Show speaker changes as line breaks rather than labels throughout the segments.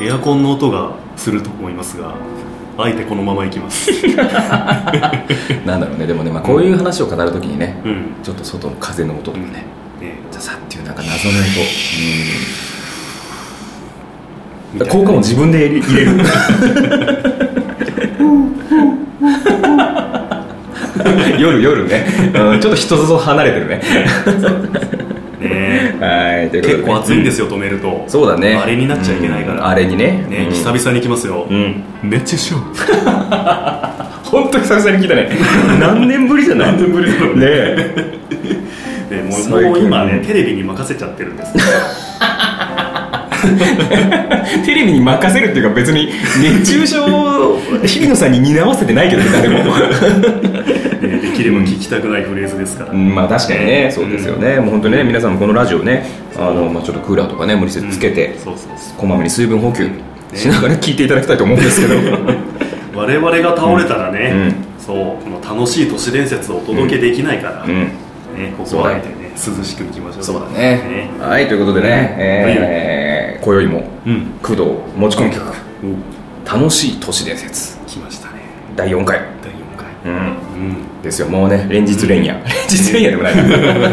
エアコンの音がすると思いますがあえてこのままいきます
なんだろうねでもね、まあ、こういう話を語るときにね
うん
ちょっと外の風の音とかね
ね
ザザっていうなんか謎の音
み
う
た
ん
いな
効果も自分で入れ入れる夜夜ね、うんちょっと人里離れてるね
ね
はいということで
結構暑いんですよ止めると
そうだね
あれになっちゃいけないから
うんあれにね
ね
うん
久々に来ますよ
うん
熱中症
本当に久々に聞いたね何年ぶりじゃない
何年ぶりだろう
ねえ
でも
最
う
近
もう今ねテレビに任せちゃってるんです
テレビに任せるっていうか別に熱中症を日比野さんに担わせてないけどね誰も
ねできれば聞きたくないフレーズですから
うんまあ確かにねそうですよね、もう本当にね皆さんもこのラジオねあの、まあ、ちょっとクーラーとかね無理せずつけて、
そうそうそ
こまめに水分補給しながら聞いていただきたいと思うん ですけど
う我々が倒れたらね
う
そうこの楽しい都市伝説をお届けできないから
うん
ねここはあえてね涼しくいきましょう
そうだねはいということでね、えー今宵も
うん
工藤持ち込み企
お
画楽しい都市伝説
来ましたね
第4回
第4回
うん
うん
ですよもうね連日連夜連日連夜でもないな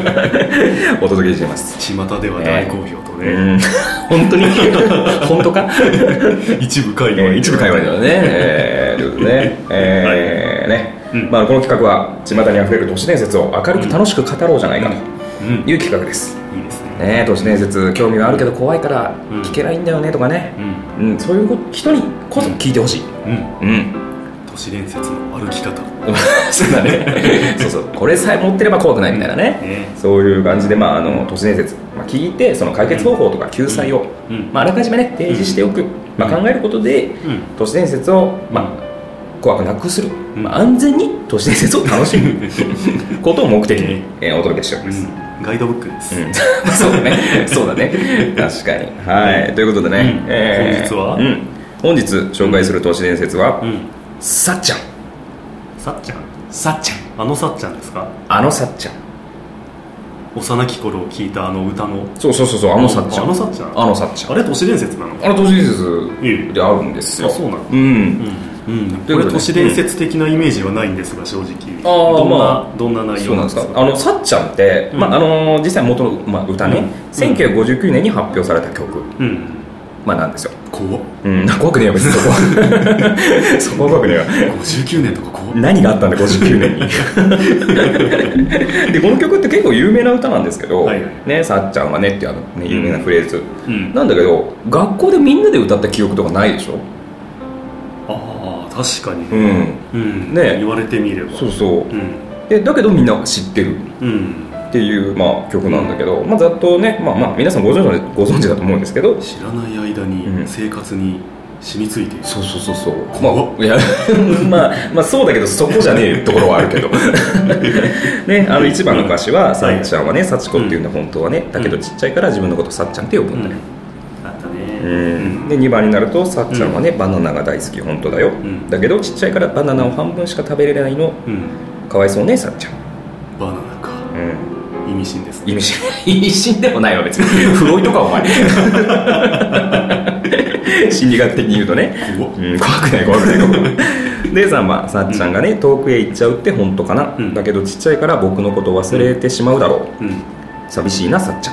お届けしています
巷では大好評と
う
ね
ん本当に本当か、
一部
え
界隈
ー、一部界隈ではね、えー、ということでね,、えーね
うん
まあ、この企画は巷にあふれる都市伝説を明るく楽しく語ろうじゃないかと
うん
いう企画です、
いいですね
ね、都市伝説興味があるけど怖いから
うん
聞けないんだよねとかね
う、ん
うん、そういうこと人にこそ聞いてほしい、
うん
うん、
都市伝説の歩き方
そうだねそうそうこれさえ持ってれば怖くないみたいなね、
ね
そういう感じで、まあ、あの都市伝説、まあ、聞いてその解決方法とか救済を、
うん
まあ、あらかじめね提示しておく、まあ、考えることで
うん
都市伝説を、まあ、怖くなくする、
ん
まあ、安全に都市伝説を楽しむ ことを目的に、えーお届けしており
う
ます、
んガイドブックです
うん そうだねそうだ ね確かにはいということでね、
うん本日は
うん、本日紹介する都市伝説は、
うん
さっちゃん
さっちゃん
さっちゃん
あのさっちゃんですか
あのさっちゃん
幼き頃聞いたあの歌の
そうそうそうそうあのさっちゃん
あのさっちゃん
あのさっちゃん
あれ都市伝説なの
あれ都市伝説であるんですよ
あそうなの
うん
うん
とい
こ
うことで
れ都市伝説的なイメージはないんですが正直
あー
どん
ま
などんな内
そ
容
うなんですかあのさっちゃんって、
うん
まああのー実際元の、まあ、歌ね、
うん
1959年に発表された曲、
うん
まあ、なんですよ、
怖っ
うん、怖くねえよ別にそこ はそこは怖くねえよ
59年とか怖っ
何があったんだ59年 にでこの曲って結構有名な歌なんですけど「
はいはい
ね、さっちゃんはね」っていうあの、ね、有名なフレーズ、
うん
なんだけど学校でみんなで歌った記憶とかないでしょ
ああ確かに
う
ね
ん
うん
ね
言われてみれば
そうそう
うん
でだけどみんな知ってる
うん
っていう、まあ、曲なんだけど、まあ、ざっとね、まあまあ、皆さんご存知ご存知だと思うんですけど
知らない間
うん
に生活に染みついている
そうそうそうそう
怖
まあいや まあまあそうだけどそこじゃねえところはあるけ どねあの一番の歌詞は「さっちゃんはね幸子っていうんだ本当はねだけどちっちゃいから自分のことさっちゃんって呼ぶんだよ」
あった
う
ね
んで2番になると「さっちゃんはねバナナが大好き本当だよ
ん
だけどちっちゃいからバナナを半分しか食べれないの
うん
かわいそうねさっちゃん」
バナナか
うん
意味深ですね
意味深意味深でもないわ別に 不老いとかお前心理学的に言うとね、
怖っ
うん、怖くない怖くない怖くないで3番さっちゃんがね、遠くへ行っちゃうって本当かな、
うん
だけどちっちゃいから僕のこと忘れてしまうだろう
うん
寂しいなさっちゃ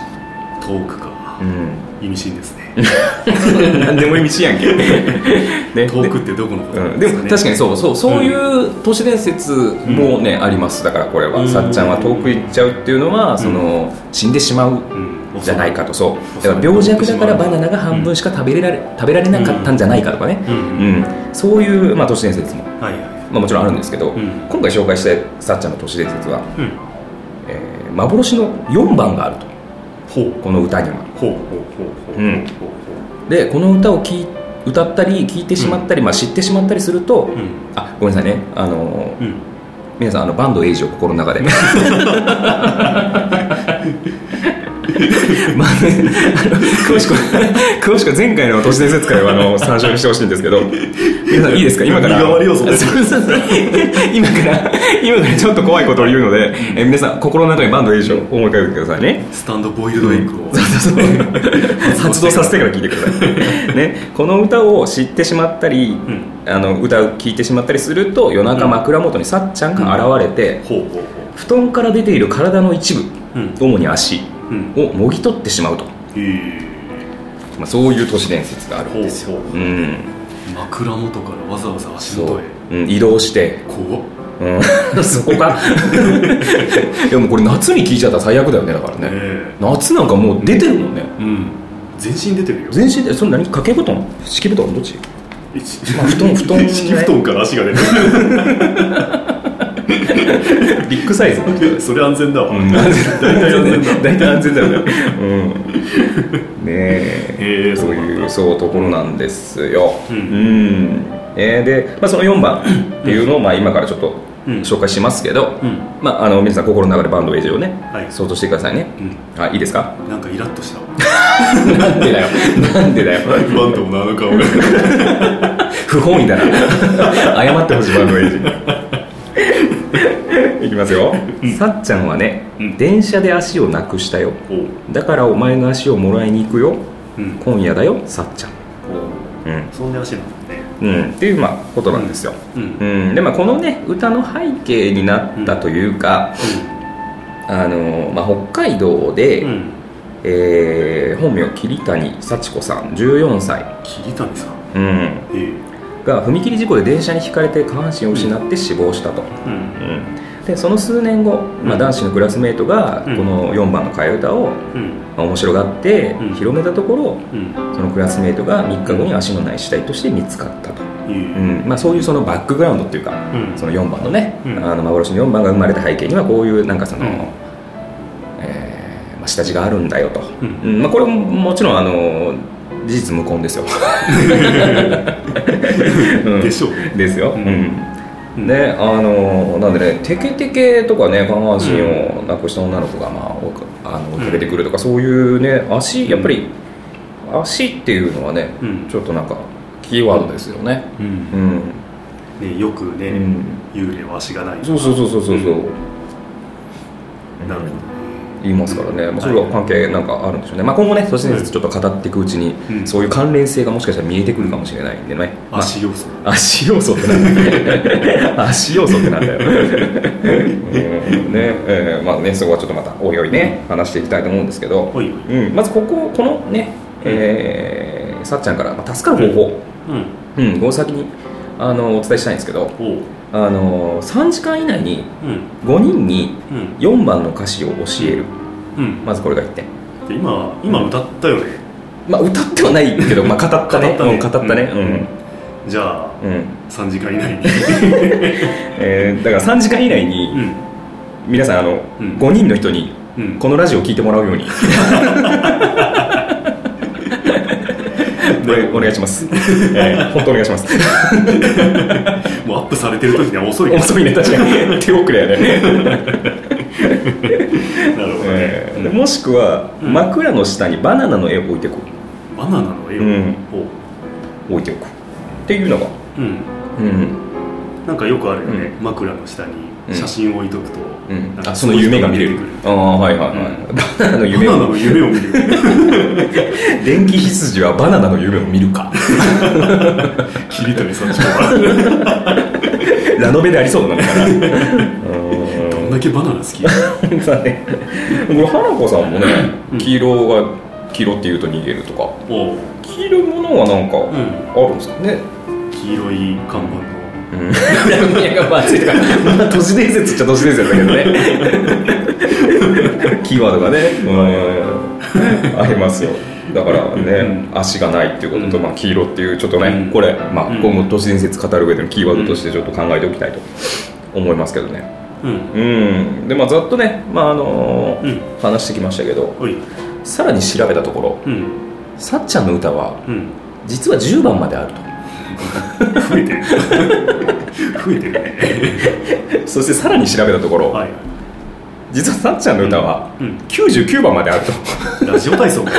遠くか
ん、う ん、
意味深ですね
何でも意味深やんけ、ね
遠くってどこのこと
うん、でも確かにそうそうそういう都市伝説もね、ありますだからこれは、
うん
さっちゃんは遠く行っちゃうっていうのは、その死んでしまう
に
じゃないかとそう
恐
だから
らく
病弱だからバナナが半分しか食べれられ食べられなかったんじゃないかとかね、
うん
う
うん
んそういう、まあ、都市伝説も、
はいは
まあ、もちろんあるんですけど、
ん
今回紹介したさっちゃんの都市伝説は、
いうん
えー幻の4番があると
ほう
この歌には
ほうほうほうほうほうほう
うんでこの歌を聞い歌ったり聞いてしまったり、まあ、知ってしまったりすると、
ほううん
あごめんなさいねあのー
うん
皆さんあのバンドエイジを心の中でまあね、あの詳しく詳しくは前回の都市伝説会をあの参照にしてほしいんですけど皆さんいいですか今から
身代わり要素
そうそうそう今から今からちょっと怖いことを言うのでえ皆さん心の中にバンドエイジを思い浮かべてくださいね
スタンドボイルドエッグを
発動させてから聴いてください、ね、この歌を知ってしまったり、
ん
あの歌を聴いてしまったりすると夜中枕元にさっちゃんが現れて、
ほうほうほう
布団から出ている体の一部、
うん
主に足
うん
をもぎ取ってしまうと、
へえ
まあ、そういう都市伝説があるんですよ、
ほうほ
う、
うん枕元からわざわざ足
そ
元
う
へ、
うん、移動して、
怖っ
うん そこかでもこれ夏に聞いちゃったら最悪だよねだからね、
え
夏なんかもう出てるもんね、
うん全身出てるよ
全身でそれ何掛け布団敷布団どっ ちまあ布団布団 ね
敷布団から足が出て
ビッグサイズ
るそれ安全だわ、
うん
大体安全だ
大体安全だよね、うん、ねえ、
へえ
そういうそうところなんですよ、
うん
えーで、まあ、その4番っていうのを、まあ、今からちょっと
うん
紹介しますけど、
うん
まあ、あの皆さん心の中でバンドウェイジをね、
はい
想像してくださいねあいいで すか
うんなんかイラッとしたわ
なんでだよなんでだ
バ
よ
ンドもあの顔が
不本意 だな謝ってほしいバンドウェイ ジにいきますよ、さっちゃんはね、
うん
電車で足をなくしたよ
おう
だからお前の足をもらいに行くよ
うんこ
今夜だよさっちゃん、
う
うん
そんな足なんだね
うん、っていう、まあ、ことなんですよ、
うん
うんでまあ、このね歌の背景になったというか、あのまあ、北海道で、
うんうん
えー本名桐谷幸子さん14歳、
桐谷さん
うん、
ええ
が踏切事故で電車にひかれて下半身を失って死亡したと、
うん
うん、でその数年後、まあ、
うん
男子のクラスメートが
うん
この4番の替え歌を、ま
うん
あ、面白がって
うん
広めたところ
うん
そのクラスメートが3日後に足のない死体として見つかったと、
いいううん
まあ、そういうそのバックグラウンドっていうか
うん
その4番のね、
うん
あの幻の4番が生まれた背景にはこういうなんかその、
うん
えーまあ、下地があるんだよと、
う
うんんまあ、これももちろんあの事実無根ですよ、 うん
でしょうね
ですよ、う
うんん
ねあのなんでねテケテケとかね下半身をなくした女の子が、まあ、追いかあの追いかけてくるとか、そういうね足やっぱり足っていうのはね、
うん
ちょっとなんかキーワードですよね
うん
うん、
ねよく
う
ね
ん
幽霊は足がない
そうそうそうそうそうそう、
なるほど
言いますからね、まあ、それは関係なんかあるんでしょうね、まあ、今後ね都市伝説ちょっと語っていくうちに、
うん
そういう関連性がもしかしたら見えてくるかもしれないんでね、まあ
足要素
足要素ってなん だよ足要素ってなんだようんね、えーまあねそこはちょっとまたおいおいね話していきたいと思うんですけど、
おいおい
うん、まずこここのね、えーさっちゃんから、まあ、助かる方法、
うん
うん、この先にあのお伝えしたいんですけど
おう
あの3時間以内に
うん
5人に
うん
4番の歌詞を教える
うん
まずこれが1点
で今今歌ったよね
まあ歌ってはないけど、まあ、語ったね
語ったね
うん語ったね
じゃあ
うん、うん
3時間以内に
えーだから3時間以内に、
うん
皆さんあの、
うん
5人の人に
うん
このラジオを聞いてもらうよ うにお願いお願いします、えー、本当お願いします
もうアップされてる時には遅いから
遅いね確かに手遅れやね、
なるほど
えーで
ね
もしくは、
うん
枕の下にバナナの絵を置いておく
うんバナナの絵を
うん
おう
置いておくっていうのが
うん
うん、
なんかよくあるよね
う
枕の下に
うん
写真を置いとくと
うん
なん、か
あその夢が見れ
そ
る
ういう人
ああはいはいはい、バナ
出てく
ナの
る
夢
バ
を
ナナの夢を見る
電気羊はバナナの夢を見るか
桐谷さんちは
ラノベでありそうだなみ たいな
どんだけバナナ好き
だねこれ花子さんもね
うん
黄色が黄色って言うと逃げるとか
おう
黄色いものはなんか
うん
あるんですかね、
黄色い看板の
うん、まあついてからまあ都市伝説っちゃ都市伝説だけどね キーワードがねうんありますよだからね、足がないっていうことと、
うん
まあ、黄色っていうちょっとね、
うん
これ、まあ
うん
今後都市伝説語る上でのキーワードとしてちょっと考えておきたいと思いますけどね
うん
うんでまあざっとね、まああのー
うん
話してきましたけど
おい
さらに調べたところ
うん
さっちゃんの歌は
うん
実は10番まであると
増えて る増えてるね
そしてさらに調べたところ、
はい
実はさっちゃんの歌は
うん
99番まであると、
ラジオ体操かよ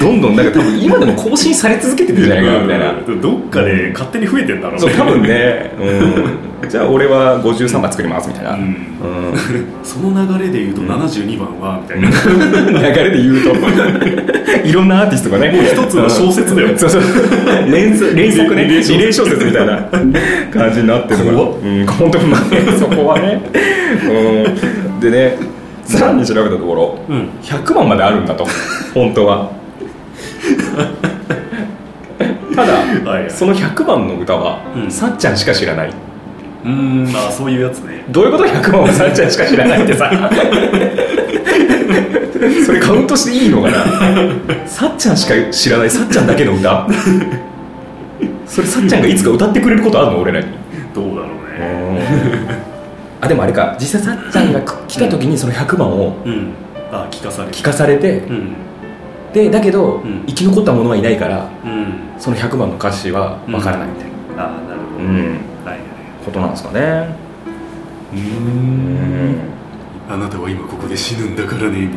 どんどんなんか多分今でも更新され続けてるんじゃないかなみたいな、
うんどっかで勝手に増えてんだろうね
そう多 分ね、うん、じゃあ俺は53番作りますみたいな、
う
うん
んその流れで言うと72番はみたいな
流れで言うといろんなアーティストがね
もう一つの小説だよ
うんそうそう連作連作ね
リレー
リレー小説みたいな感じになってるのが
怖っ
うん、本当に まあねそこはね、うん、でねさらに調べたところ、
うん
100万まであるんだと本 当はただ、
はい
その100番の歌は、
うん
さっちゃんしか知らないう
ーんまあそういうやつね
どういうこと100万はさっちゃんしか知らないって さそれカウントしていいのかなさっちゃんしか知らないさっちゃんだけの歌それさっちゃんがいつか歌ってくれることあるの俺らに
どうだろうね
あでもあれか実際さっちゃんが来た時にその100番を
うんあ聞かされる
聞かされて
うん
でだけど、
ん
生き残った者はいないから
うん
その100番の歌詞はわからないみたいな、
ああなるほど、
うん
はいは
ことなんですかね
いう
うんん
あなたは今ここで死ぬんだからね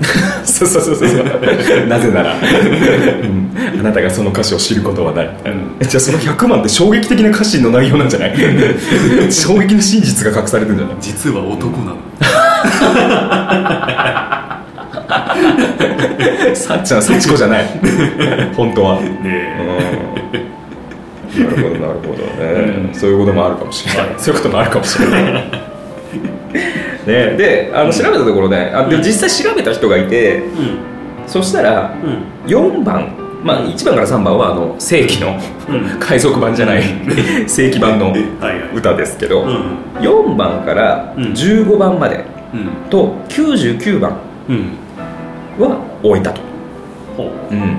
そうそうそうそうそうなぜなら、うんあなたがその歌詞を知ることはない、
ん
じゃあその100万って衝撃的な歌詞の内容なんじゃない衝撃の真実が隠されてるんじゃない
実は男なの
さっちゃん幸子じゃない本当はうん
ね
なるほどなるほどね、
うん
そういうこともあるかもしれない、そういうこともあるかもしれないね、であの調べたところねあで実際調べた人がい
え
て
うん
そしたら
うん
4番、まあ、1番から3番はあの正規の
うん
海賊版 じゃない正規版の
はいはい
歌ですけど、
うん
4番から15番まで
うん
と99番
うん
は終えたと、
ほ
うん、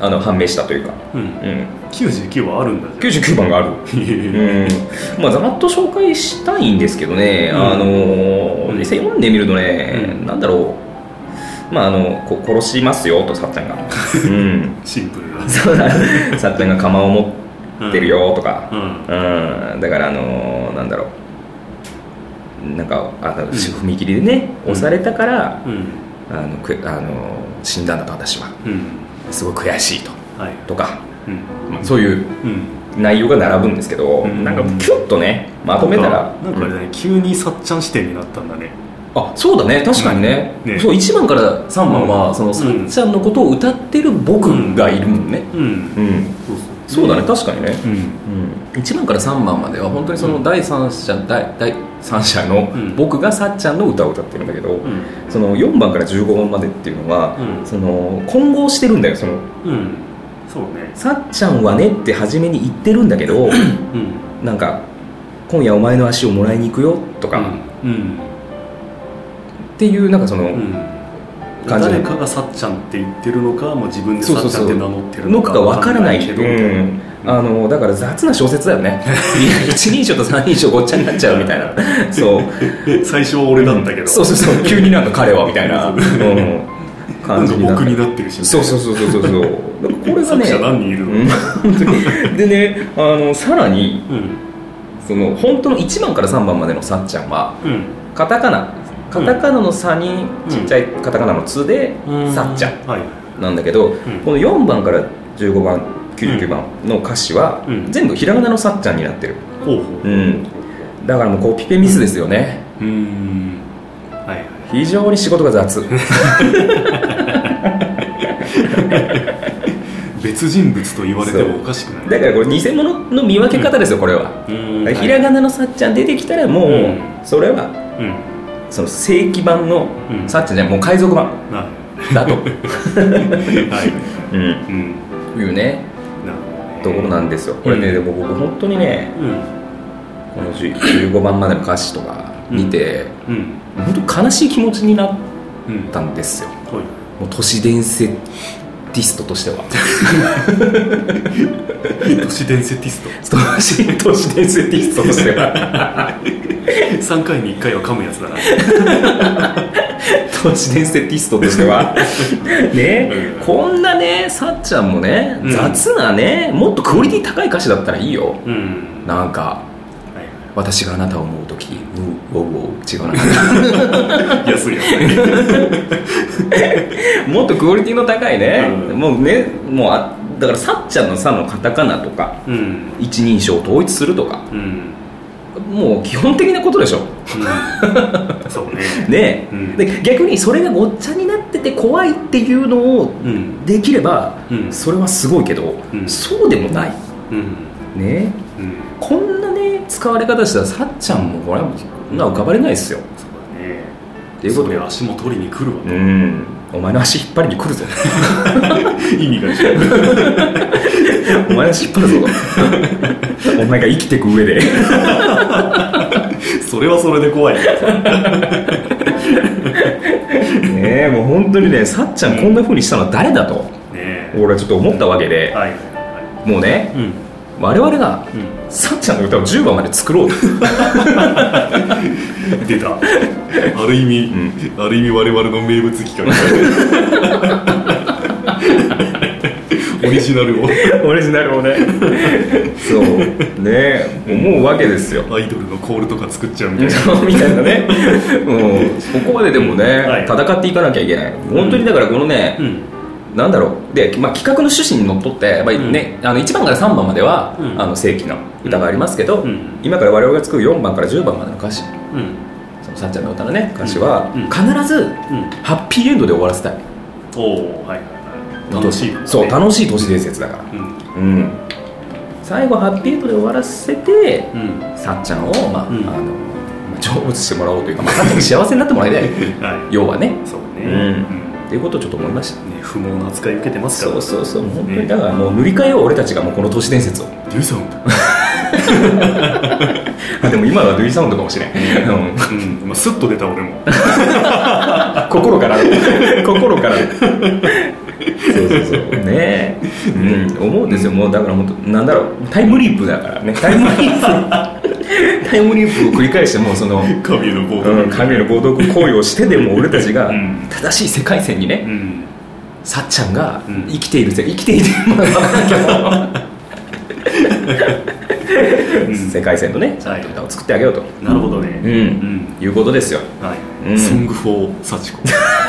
あの判明したというか、
うう
うんん、
99はあるんだじ
99番がある
ゃんへえ
うんまあ、ざらっと紹介したいんですけどね、
うん
あのー実際読んでみるとね、
うん
なんだろう、まあ、あのこう殺しますよと、さっ ちゃんが、うん、
シンプルだ
そうださっちゃんが釜を持ってるよとか、
うん
うん、だから、あのーなんだろう、なんか、あの踏切でね、
うん
押されたから、
うん
あのくあのー死んだんだと、私は、
うん
すごい悔しいと
はい
とか、
うん
まあそういう
うん
内容が並ぶんですけど、
うん
なんかキュッとね、まとめたら。
なんかなんかあれだね急にさっちゃん視点になったんだね
あそうだね確かにね,、
うんね
そう1番から3番は、
うん
そのさ
うん
っちゃんのことを歌ってる僕がいるもんね、
うん
うん
そう
そうだね確かにね、
うん
うん、1番から3番までは本当にそうの
ん
第三者、第第三者の
うん
僕がさっちゃんの歌を歌ってるんだけど、
うん
その4番から15番までっていうのは、
うん
その混合してるんだよその
うんそうね
さっちゃんはねって初めに言ってるんだけど
うん
なんか今夜お前の足をもらいに行くよとか、っ
うん
ていうなんかその、
うん
感じ
誰かがさっちゃんって言ってるのかもう自分で
そう
さ
そう
っち
そ
ゃん
う
って名乗ってる
のかわからないけ
け
ど、
ど
うんあのだから雑な小説だよ ね一人称と三人称ごっちゃになっちゃうみたいなそう
最初は俺だったけど
そうそうそう急になんか彼はみたいな、うん、
な
感
ん
じ
か
になっ
僕
た
になってるし
そうそうそうそうそうそうなんかこれが
作
ね
者何人いるの
うん本当にでねあのさらに
うん
その本当の1番から3番までのさっちゃんは
うん
カタカナカタカナの「さ」にちっちゃいカタカナの「つ」で「さっちゃん」
はい
なんだけど、この4番から15番99番の歌詞は、
うん
全部ひらがなのさっちゃんになってる、
ほうほう
うん、だからもうコピペミスですよね
うーんはいはい
非常に仕事が雑
別人物と言われてもおかしくない
だからこれ偽物の見分け方ですよこれは、
うん
ひらがなのさっちゃん出てきたらもう、
うん
それは
うん
その正規版の
うん
さっちゃんじゃないもう海賊版
なは
だと、
い
うん、
う ん
いう
なるほど
ね
ね
ところなんですよこれね、
うん
でも僕本当にね
うん
この10 15番までの歌詞とか見て、
うん
本当悲しい気持ちになっ
うん
たんですよ
はい
もう都市伝説ティスト としては
都市伝説ティスト
都市都市伝説ティストとしては
3回に1回は噛むやつだな
都市伝説ティストとしては ね、
うん
こんなねさっちゃんもね
うん
雑なねもっとクオリティ高い歌詞だったらいいよ
うん
なんか
はいはい
私があなたを思う時うおうおう違うな
安い安い
もっとクオリティの高いね、
うん
もうねもうあだからさっちゃんの「さ」のカタカナとか
うん
一人称を統一するとか
うん、うん、
もう基本的なことでしょ
そうね
ね
う
え、
ん
で逆にそれがごっちゃになってて怖いっていうのを
うん
できれば、
うん
それはすごいけど、
うん
そうでもない
うん
ね
うん
こんなね使われ方したらさっちゃんもこれはこんな浮かばれないですよ
そうだね
っていうこと
そ
で
れ足も取りに来るわ、
うんお前の足引っ張りに来るぞ
意味が違う
お前の足引っ張るぞ お前が生きていく上 で
それはそれで 怖い
ねえもう本当にねさっちゃんこんな風にしたのは誰だと
ね
俺はちょっと思ったわけで
はいは
もうね
いうん
我々が
う
さっちゃんの歌を10番まで作 ろうと
ん出たある意味、ある意味我々の名物企画 オリジナルを
オリジナルをね そうねえ思うわけですよ
アイドルのコールとか作っちゃうみたいな
みたいな ね、うん、ここまででもね、
はい
戦っていかなきゃいけない本当にだからこのね、
ん
なんだろうで、まあ、企画の趣旨にのっとってやっぱりね、あの1番から3番までは、
うん
あの正規の歌がありますけど、
うん
今から我々が作る4番から10番までの歌詞
うん
そのさっちゃんの歌のね歌詞は、
うんうん
必ず
うん
ハッピーエンドで終わらせたい
おおはいはいはい楽しいな
そう楽しい都市伝説だから
うん
うん最後ハッピーエンドで終わらせて
うん
さっちゃんをまあ、
うん
あのまあ成仏してもらおうというか、まあ、さっちゃんに幸せになってもらいたい
は
要はね
いそうね
うん
うん
っていうことをちょっと思いました
ね不毛な扱い受けてますから
そうそうそうもう本当に
ね
だからもう塗り替えよう俺たちがもうこの都市伝説を
デュさん
あでも今はドゥイサウンドかもしれん、うん、
うん今スッと出た俺も
心 から心からそうそうそうねうん思うんですよもうだから本当なんだろうタイムリープだからねタイムリープ タイムリープを繰り返してもうその
神への冒
うん
涜
神への冒涜行為をしてでも俺たちが
うん
正しい世界線に
う
ね、
ん
さっちゃんが
うん
生きている世生きているものが分からんけど世界線のねちゃんと歌を作ってあげようと、
なるほど
うん
ねうん
いうことですよ
は
う
い
ん
ソングフォー幸子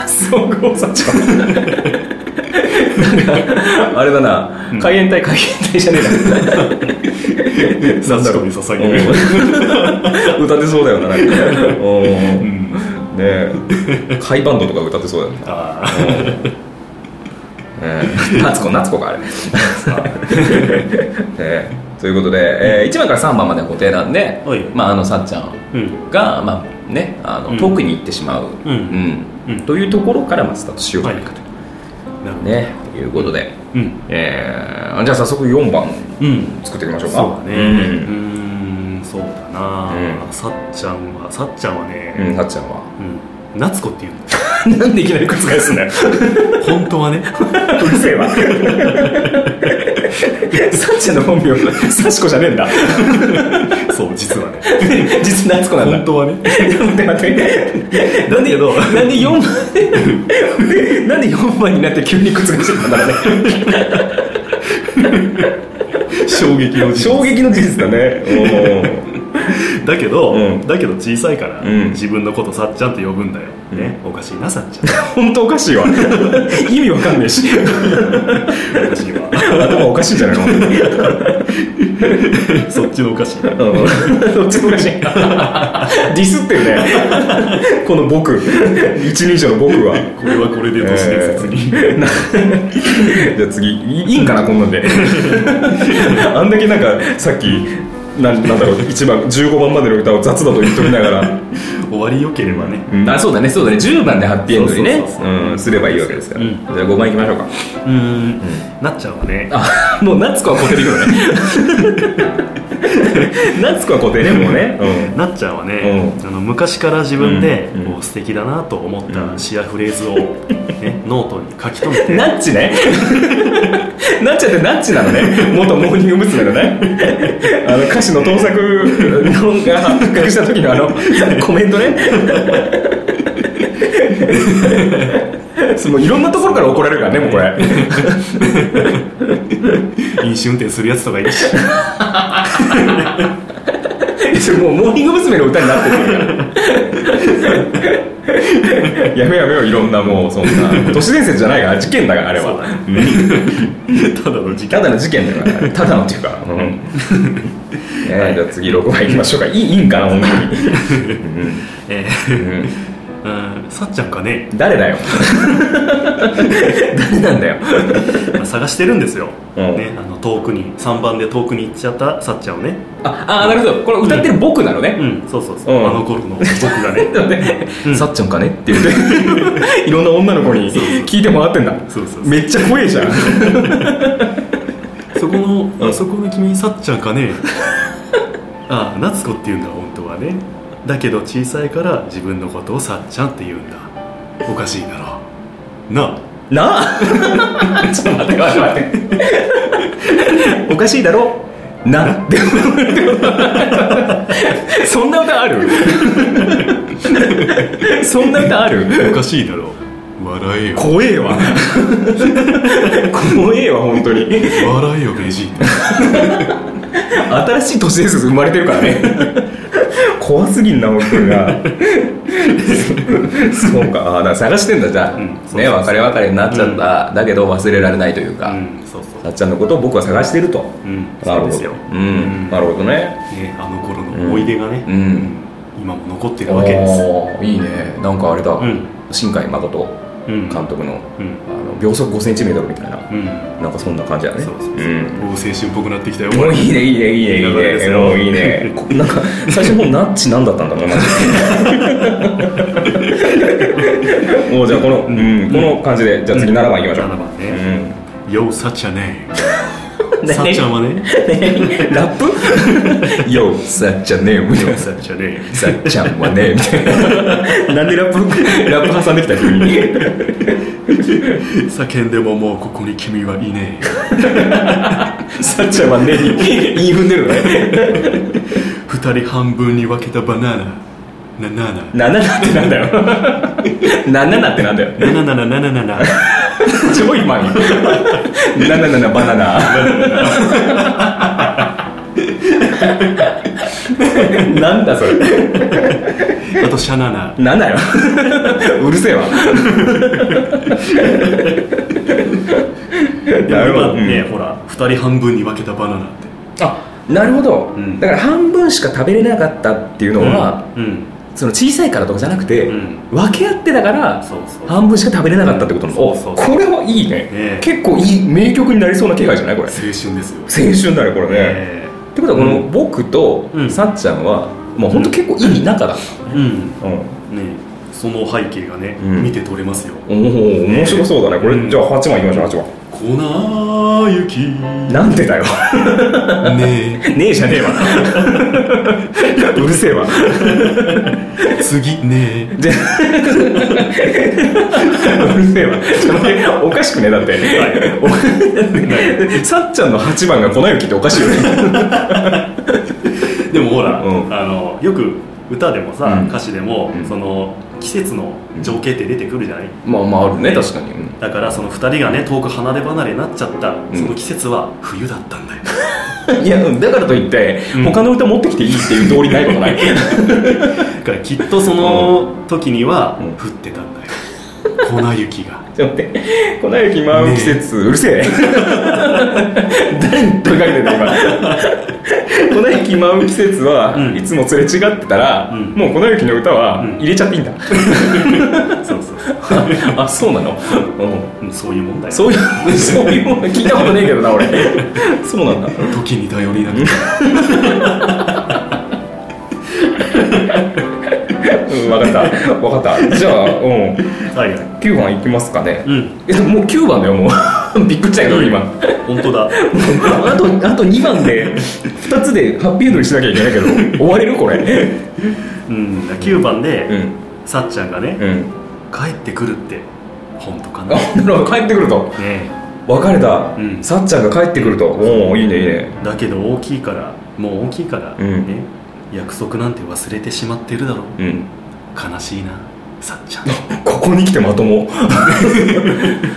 総合 さちゃんなんかあれだな、
うん
海援隊海援隊じゃねえななんだろ
幸子に
う
捧げる
うん 歌ってそうだよな なんかおー
うん
ねえ海バンドとか歌ってそうだよな
あ
うん夏子夏子 かあれねえということで、えー1番から3番までは固定なんで、
はい
まあ、あのさっちゃん
ーうん
が、まあね、あの
うん
遠くに行ってしまう、
うんうん
というところからまあスタートしようじゃないかと、
なるほど
ね、ということで、
うん
えーじゃあ早速4番
うん
作っていきましょうか
そうだねうーんそうだ
う
なさっちゃんはさっちゃんは
うん、
ね
うんさっちゃんは
うん夏子っていうの
なんでいきなり覆すんだよ
本当はね
うるせえ わさっちゃんの本名さしこじゃねえんだ
そう実はね
実は夏子なんだ
本当はね
いや待って待ってなんでなんで4番なんで4番になって急に覆してたんだろうね
衝撃の事
衝
実
撃の事実だね
だけど、
うん
だけど小さいから、
うん
自分のことさっちゃんって呼ぶんだよ、ねおかしいなさっちゃ
本当おかしいわ意味わかんねえし
んおかしいわ
頭おかしいんじゃないの
そっちのおかしい
どっちもおかしいディスってるねこの僕一人称の僕は
これはこれで都市伝説に、
じゃあ次いいいんかなこん なんであんだけなんかさっきなんなんだろう1番15番までの歌を雑だと言っときながら
終わりよければね
あそうだねそうだね10番でハッピーエンドにね
そうそうそうそう
うんすればいいわけですから、
うん
じゃあ5番いきましょうか
うーんなっちゃんはね
あもう夏子は固定でいくの ね夏子は固定ねもうね、
なっちゃんはね、あの昔から自分で、
うん
こう素敵だなと思っ
う
た
ん
シアフレーズを、 ね、ノートに書き留め
うん
て
ナッチね ナッチってナッチなのね元モーニング娘。のねあの歌詞の盗作のが発覚した時のあのコメントね もういろんなところから怒られるからねもうこ れ
飲酒運転するやつとかいるし
それもうモーニング娘。の歌になってる からやめやめよいろんなもうそんな都市伝説じゃないから事件だからあれは
そうだ
う
ただの
ん
事
た
件
だの事件だからただのっていう か、うんね
はい
じゃあ次6番いきましょうかいいいいんかな本当に、
え
うんうん
ーうんさっちゃんかね、
誰だよ 誰なんだよ
まあ、探してるんですよ、
うん
ね、あの遠くに3番で遠くに行っちゃったさっちゃんをね
ああなるほどこれ歌ってる僕なのね、
うんそうそうそう、
うん
あの頃の僕がねうん
さっちゃんかねって言って いろんな女の子に聞いてもらってんだ
そうそうそう
めっちゃ怖えじゃん
そこ
う
の
ん
あそこの君さっちゃんかね ああ夏子っていうんだ本当はねだけど小さいから自分のことをさっちゃんって言うんだおかしいだろなあ
な あちょっと待って待って待っておかしいだろなってそんな歌あるそんな歌ある
おかしいだろ笑えよ
怖えわ怖えわ本当に
笑えよベジータ
新しい都市伝説生まれてるからね怖すぎんな本当になそうかあーだから探してんだじゃあ、
うんそうそう
ね別れ別れになっちゃった、だけど忘れられないというか、
うんそうそう
さっちゃんのことを僕は探してると、
うんそ
なる
う
ほ
です
ど
よ
うんなるほどね
ねあの頃の思い出がね、
うん
今も残ってる
お
わけです
ーいいねなんかあれだ、
うん
新海誠
うん
監督の
うん
あの秒速 5cm みたいな
うん
なんかそんな感じだね
そうそうそう、も
ん
う青春っぽくなってきたよ
もういいねいいねいいねいい
いい流れです
ね
よ
もういいねこなんか最初の方ナッチ何だったんだろう なもうじゃあこの、うん、この感じでじゃあ次7番いきましょう、
うん7番ねようさっちゃんね
ね
さっ ちゃんはね
うん、ラ ップよさっちゃんねえみたいな
さっちゃんね
さっちゃんはねみたい ななんでラップラップ挟んできた急に
叫んでももうここに君はいねえ
さっちゃんはね言い踏んでるのね
二人半分に分けたバナナななな
7なってなんだよ7なってなんだよ
なななななななな
超今に77バナナなんだそれ
あとシャナナ
なんだようるせえわ
で
なるほど
今ね、
うん
ほら二人半分に分けたバナナって
あなるほど、
うん
だから半分しか食べれなかったっていうのは、
うん、
その小さいからとかじゃなくて、
うん
分け合ってだから
そうそう
半分しか食べれなかったってことなの、
うんそうそうそう
おこれはいいね
ええ
結構いい名曲になりそうな気配じゃないこれ
青春ですよ
青春だねこれね、
え
ってことはこの、
うん
僕と
うん
さっちゃんは、もう本当結構いい仲だ、
えうん
うん
ねその背景がね、
うん
見て取れますよ
おお面白そうだねこれ、
うん
じゃあ8番いきましょう8
粉雪
番なんでだよ
ね
ねえじゃねえわ うるせえわ
え次ね
じゃうるせえわちょっと待っておかしくねだって、 おさっちゃんの8番が粉雪っておかしいよね
えでもほら、
うん
あのよく歌でもさ、
うん
歌詞でも、
うん
その季節の情景って出てくるじゃない、
まあまああるね確かに、
だからその2人がね遠く離れ離れになっちゃった、
ん
その季節は冬だったん だよ
いやうんだからといって、
うん
他の歌持ってきていいっていう道理ないこと ない
だからきっとその時には
うん
降ってたんだよ、粉雪が
ちょっと待って粉雪舞う季節、うるせえ 誰に問いかけてんだ今粉雪舞う季節は、
うん
いつもすれ違ってたら、
うん
もう粉雪の歌は
うん
入れちゃっていいんだ、
そうそう
あそうなの、うん、
うんそういう問題
そういうそういうもの聞いたことねえけど な俺そうなんだ
時に頼りなくて
うん分かった分かったじゃあ、うん、
はいはい
9番いきますかね、
うん
えでももう9番だよもう びっくりしたけど今
本当だ
あとあと2番で2つでハッピーエンドにしなきゃいけないけど終われるこ れ
うん9番で、
うん
さっちゃんがね、
うん
帰ってくるって本当かなね
あなるほど帰ってくると
え
別れた、
うん
さっちゃんが帰ってくるとおおいいねいいね
だけど大きいからもう大きいから、
うん
ね約束なんて忘れてしまってるだろう
うん
悲しいなさっちゃん
ここに来てまと も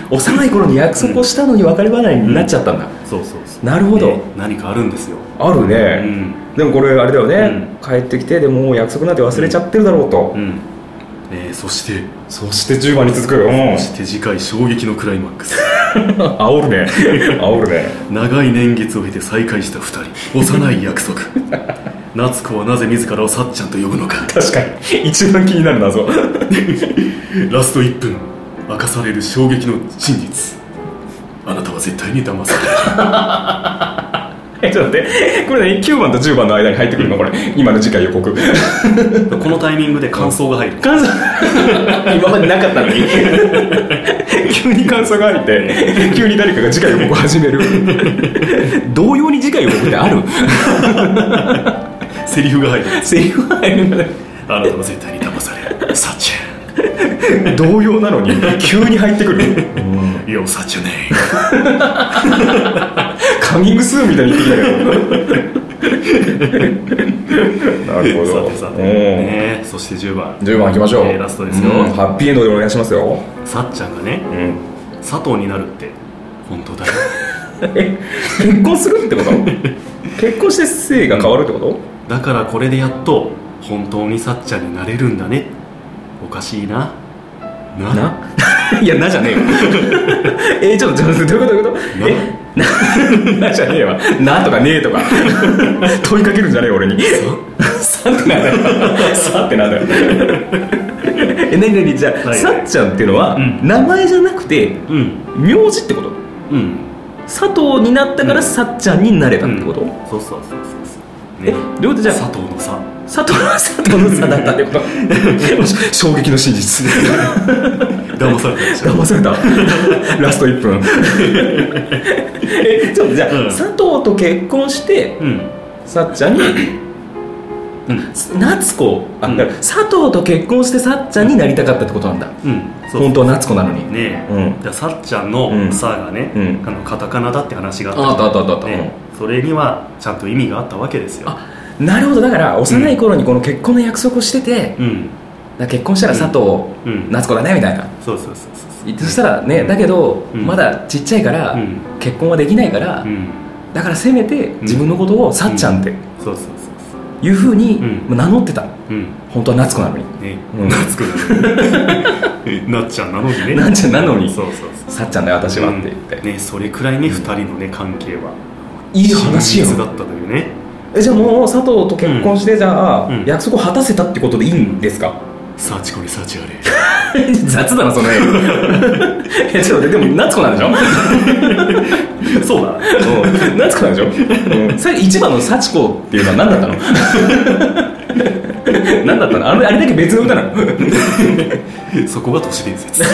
幼い頃に約束をしたのに別れ離れになっちゃったんだ、
そうそうそう
なるほど、
ね何かあるんですよ
ある
う
ね、
ん
でもこれあれだよね、帰ってきてでもう約束なんて忘れちゃってるだろうと、
うんえーそして
そして10番に続くよ、うん
そして次回衝撃のクライマックス
煽る ね煽るね
長い年月を経て再会した2人幼い約 束夏子はなぜ自らをさっちゃんと呼ぶのか
確かに一番気になる謎
ラスト1分明かされる衝撃の真実あなたは絶対に騙される
えちょっと待ってこれね9番と10番の間に入ってくるのこれ今の次回予告
このタイミングで感想が入る
感想 今までなかったのに 急に感想が入って急に誰かが次回予告始める 同様に次回予告ってある
セリフが入る
セリフが入るんだね
あなたは絶対に騙されるサッチ
同様なのに急に入ってくる
ュよサッチュね
カミングスーンみたいに言ってきたけどなるほ
さ
ど
てさて、
うん
ね、そして10番
10番いきましょう、
えーラストですよ
うんハッピーエンドでお願いしますよ、
さっちゃんがね
うん、
佐藤になるって本当だよ
え結婚するってこと結婚して性が変わるってこと
だからこれでやっと本当にさっちゃんになれるんだねおかしいなな
いやな じゃねえよ えちょっとちょっとどういうことどういうことえななじゃねえわなとかねえとか問いかけるんじゃねえよ俺にさってなんだよさってなんだよえ何何じゃあ、
はい
さっちゃんっていうのは、
うん
名前じゃなくて
うん
名字ってこと
うん
佐藤になったからさっちゃんになれたってこと、
うんそうそうそうそうそう
え
ね
どういうことじ
じ
ゃ
ゃあ
あ
佐藤のさ
佐藤佐藤の差だった ってこと衝撃の真 実
騙されたでしょ
騙され たラスト1分 えちょっとじゃあ、
うん
佐藤と結婚して
うん
さっちゃんに
うん
夏子あ、
うん
だから佐藤と結婚してさっちゃんになりたかったってことなんだ
うんそう
本当は夏子なのに、
ね
う
え、
ん
じゃあさっちゃん
うん
の「さ」がね、
うん
あのカタカナだって話があった
ああったあったあったあった、
ね、それにはちゃんと意味があったわけですよ
うんなるほどだから幼い頃にこの結婚の約束をしてて、だか
うん
ら結婚したら佐藤、
うん
夏子だねみたいな
そうそうそうそう
そしたらね、
うん
だけど、
うん
まだちっちゃいから、
うん
結婚はできないから、
うん
だからせめて自分のことをさっちゃんって
そうそうそうそ
いうふうに
う
名乗ってた
ううん
本当は夏子なのに
ね
うん
夏子なのに なっちゃんなのにね
なっちゃんなのに
そうそうそう
さっちゃんだよ私はって言って、
うんねそれくらいね2人のね関係はい
い話よ
親密だったというね
えじゃあもう佐藤と結婚して、じゃあ、
うん
約束を果たせたってことでいいんですか、
幸子に幸あれ
雑だなその絵 えちょっと待ってでも夏子なんでしょ
そうだ
うん夏子なんでしょ、うん、さ一番の幸子っていうのは何だったの何だったの あれあれだけ別の歌なの
そこが都市伝 説
だ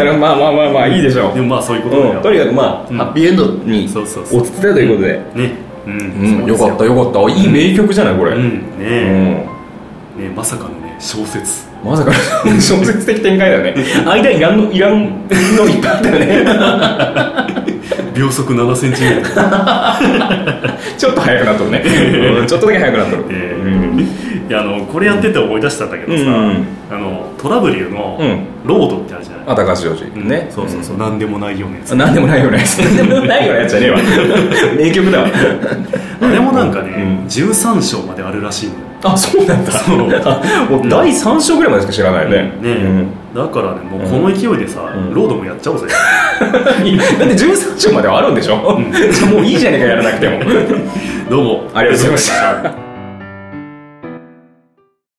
からまあまあまあまあいいでしょう
でもまあそういうことだ
うん、
よ
とにかくまあ、
うん
ハッピーエンドに
そうそうそう
落ち着いたということで、
ねうん
うん、よかった
よ
よかったいい名曲じゃないこれ、
う
うん
んねえねえまさかのね小説
まさか小説的展開だよね間いらんのいらんのいっぱいあったよね
秒速7センチぐらい
ちょっと早くなっとるね、うんちょっとだけ早くなっとる、
ええ
うん
いやあのこれやってて思い出したんだけどさ、
うん
あのトラブリューの
うん
ロードってあるじゃない、
あ高橋洋次、
うん
ね
そうそうそう、なんでもないようなやつ
なんでもないようなやつなんでもないようなやつじゃねえわ名曲だわ
あれもなんかね、
うん
13章まであるらしいの
あそうなんだ
そう
あもう第3章ぐらいまでしか知らないよね、
ね、だからねもうこの勢いでさ、
ん
ロードもやっちゃお うぜ、
うんいやだって13章まではあるんでしょ、
うん
じゃあもういいじゃねえかやらなくても
どうも
ありがとうございました